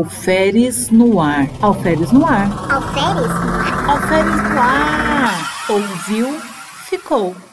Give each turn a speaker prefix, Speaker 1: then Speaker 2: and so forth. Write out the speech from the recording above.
Speaker 1: Alferes no ar. Alferes no ar.
Speaker 2: Alferes?
Speaker 1: Alferes no ar. Ouviu? Ficou.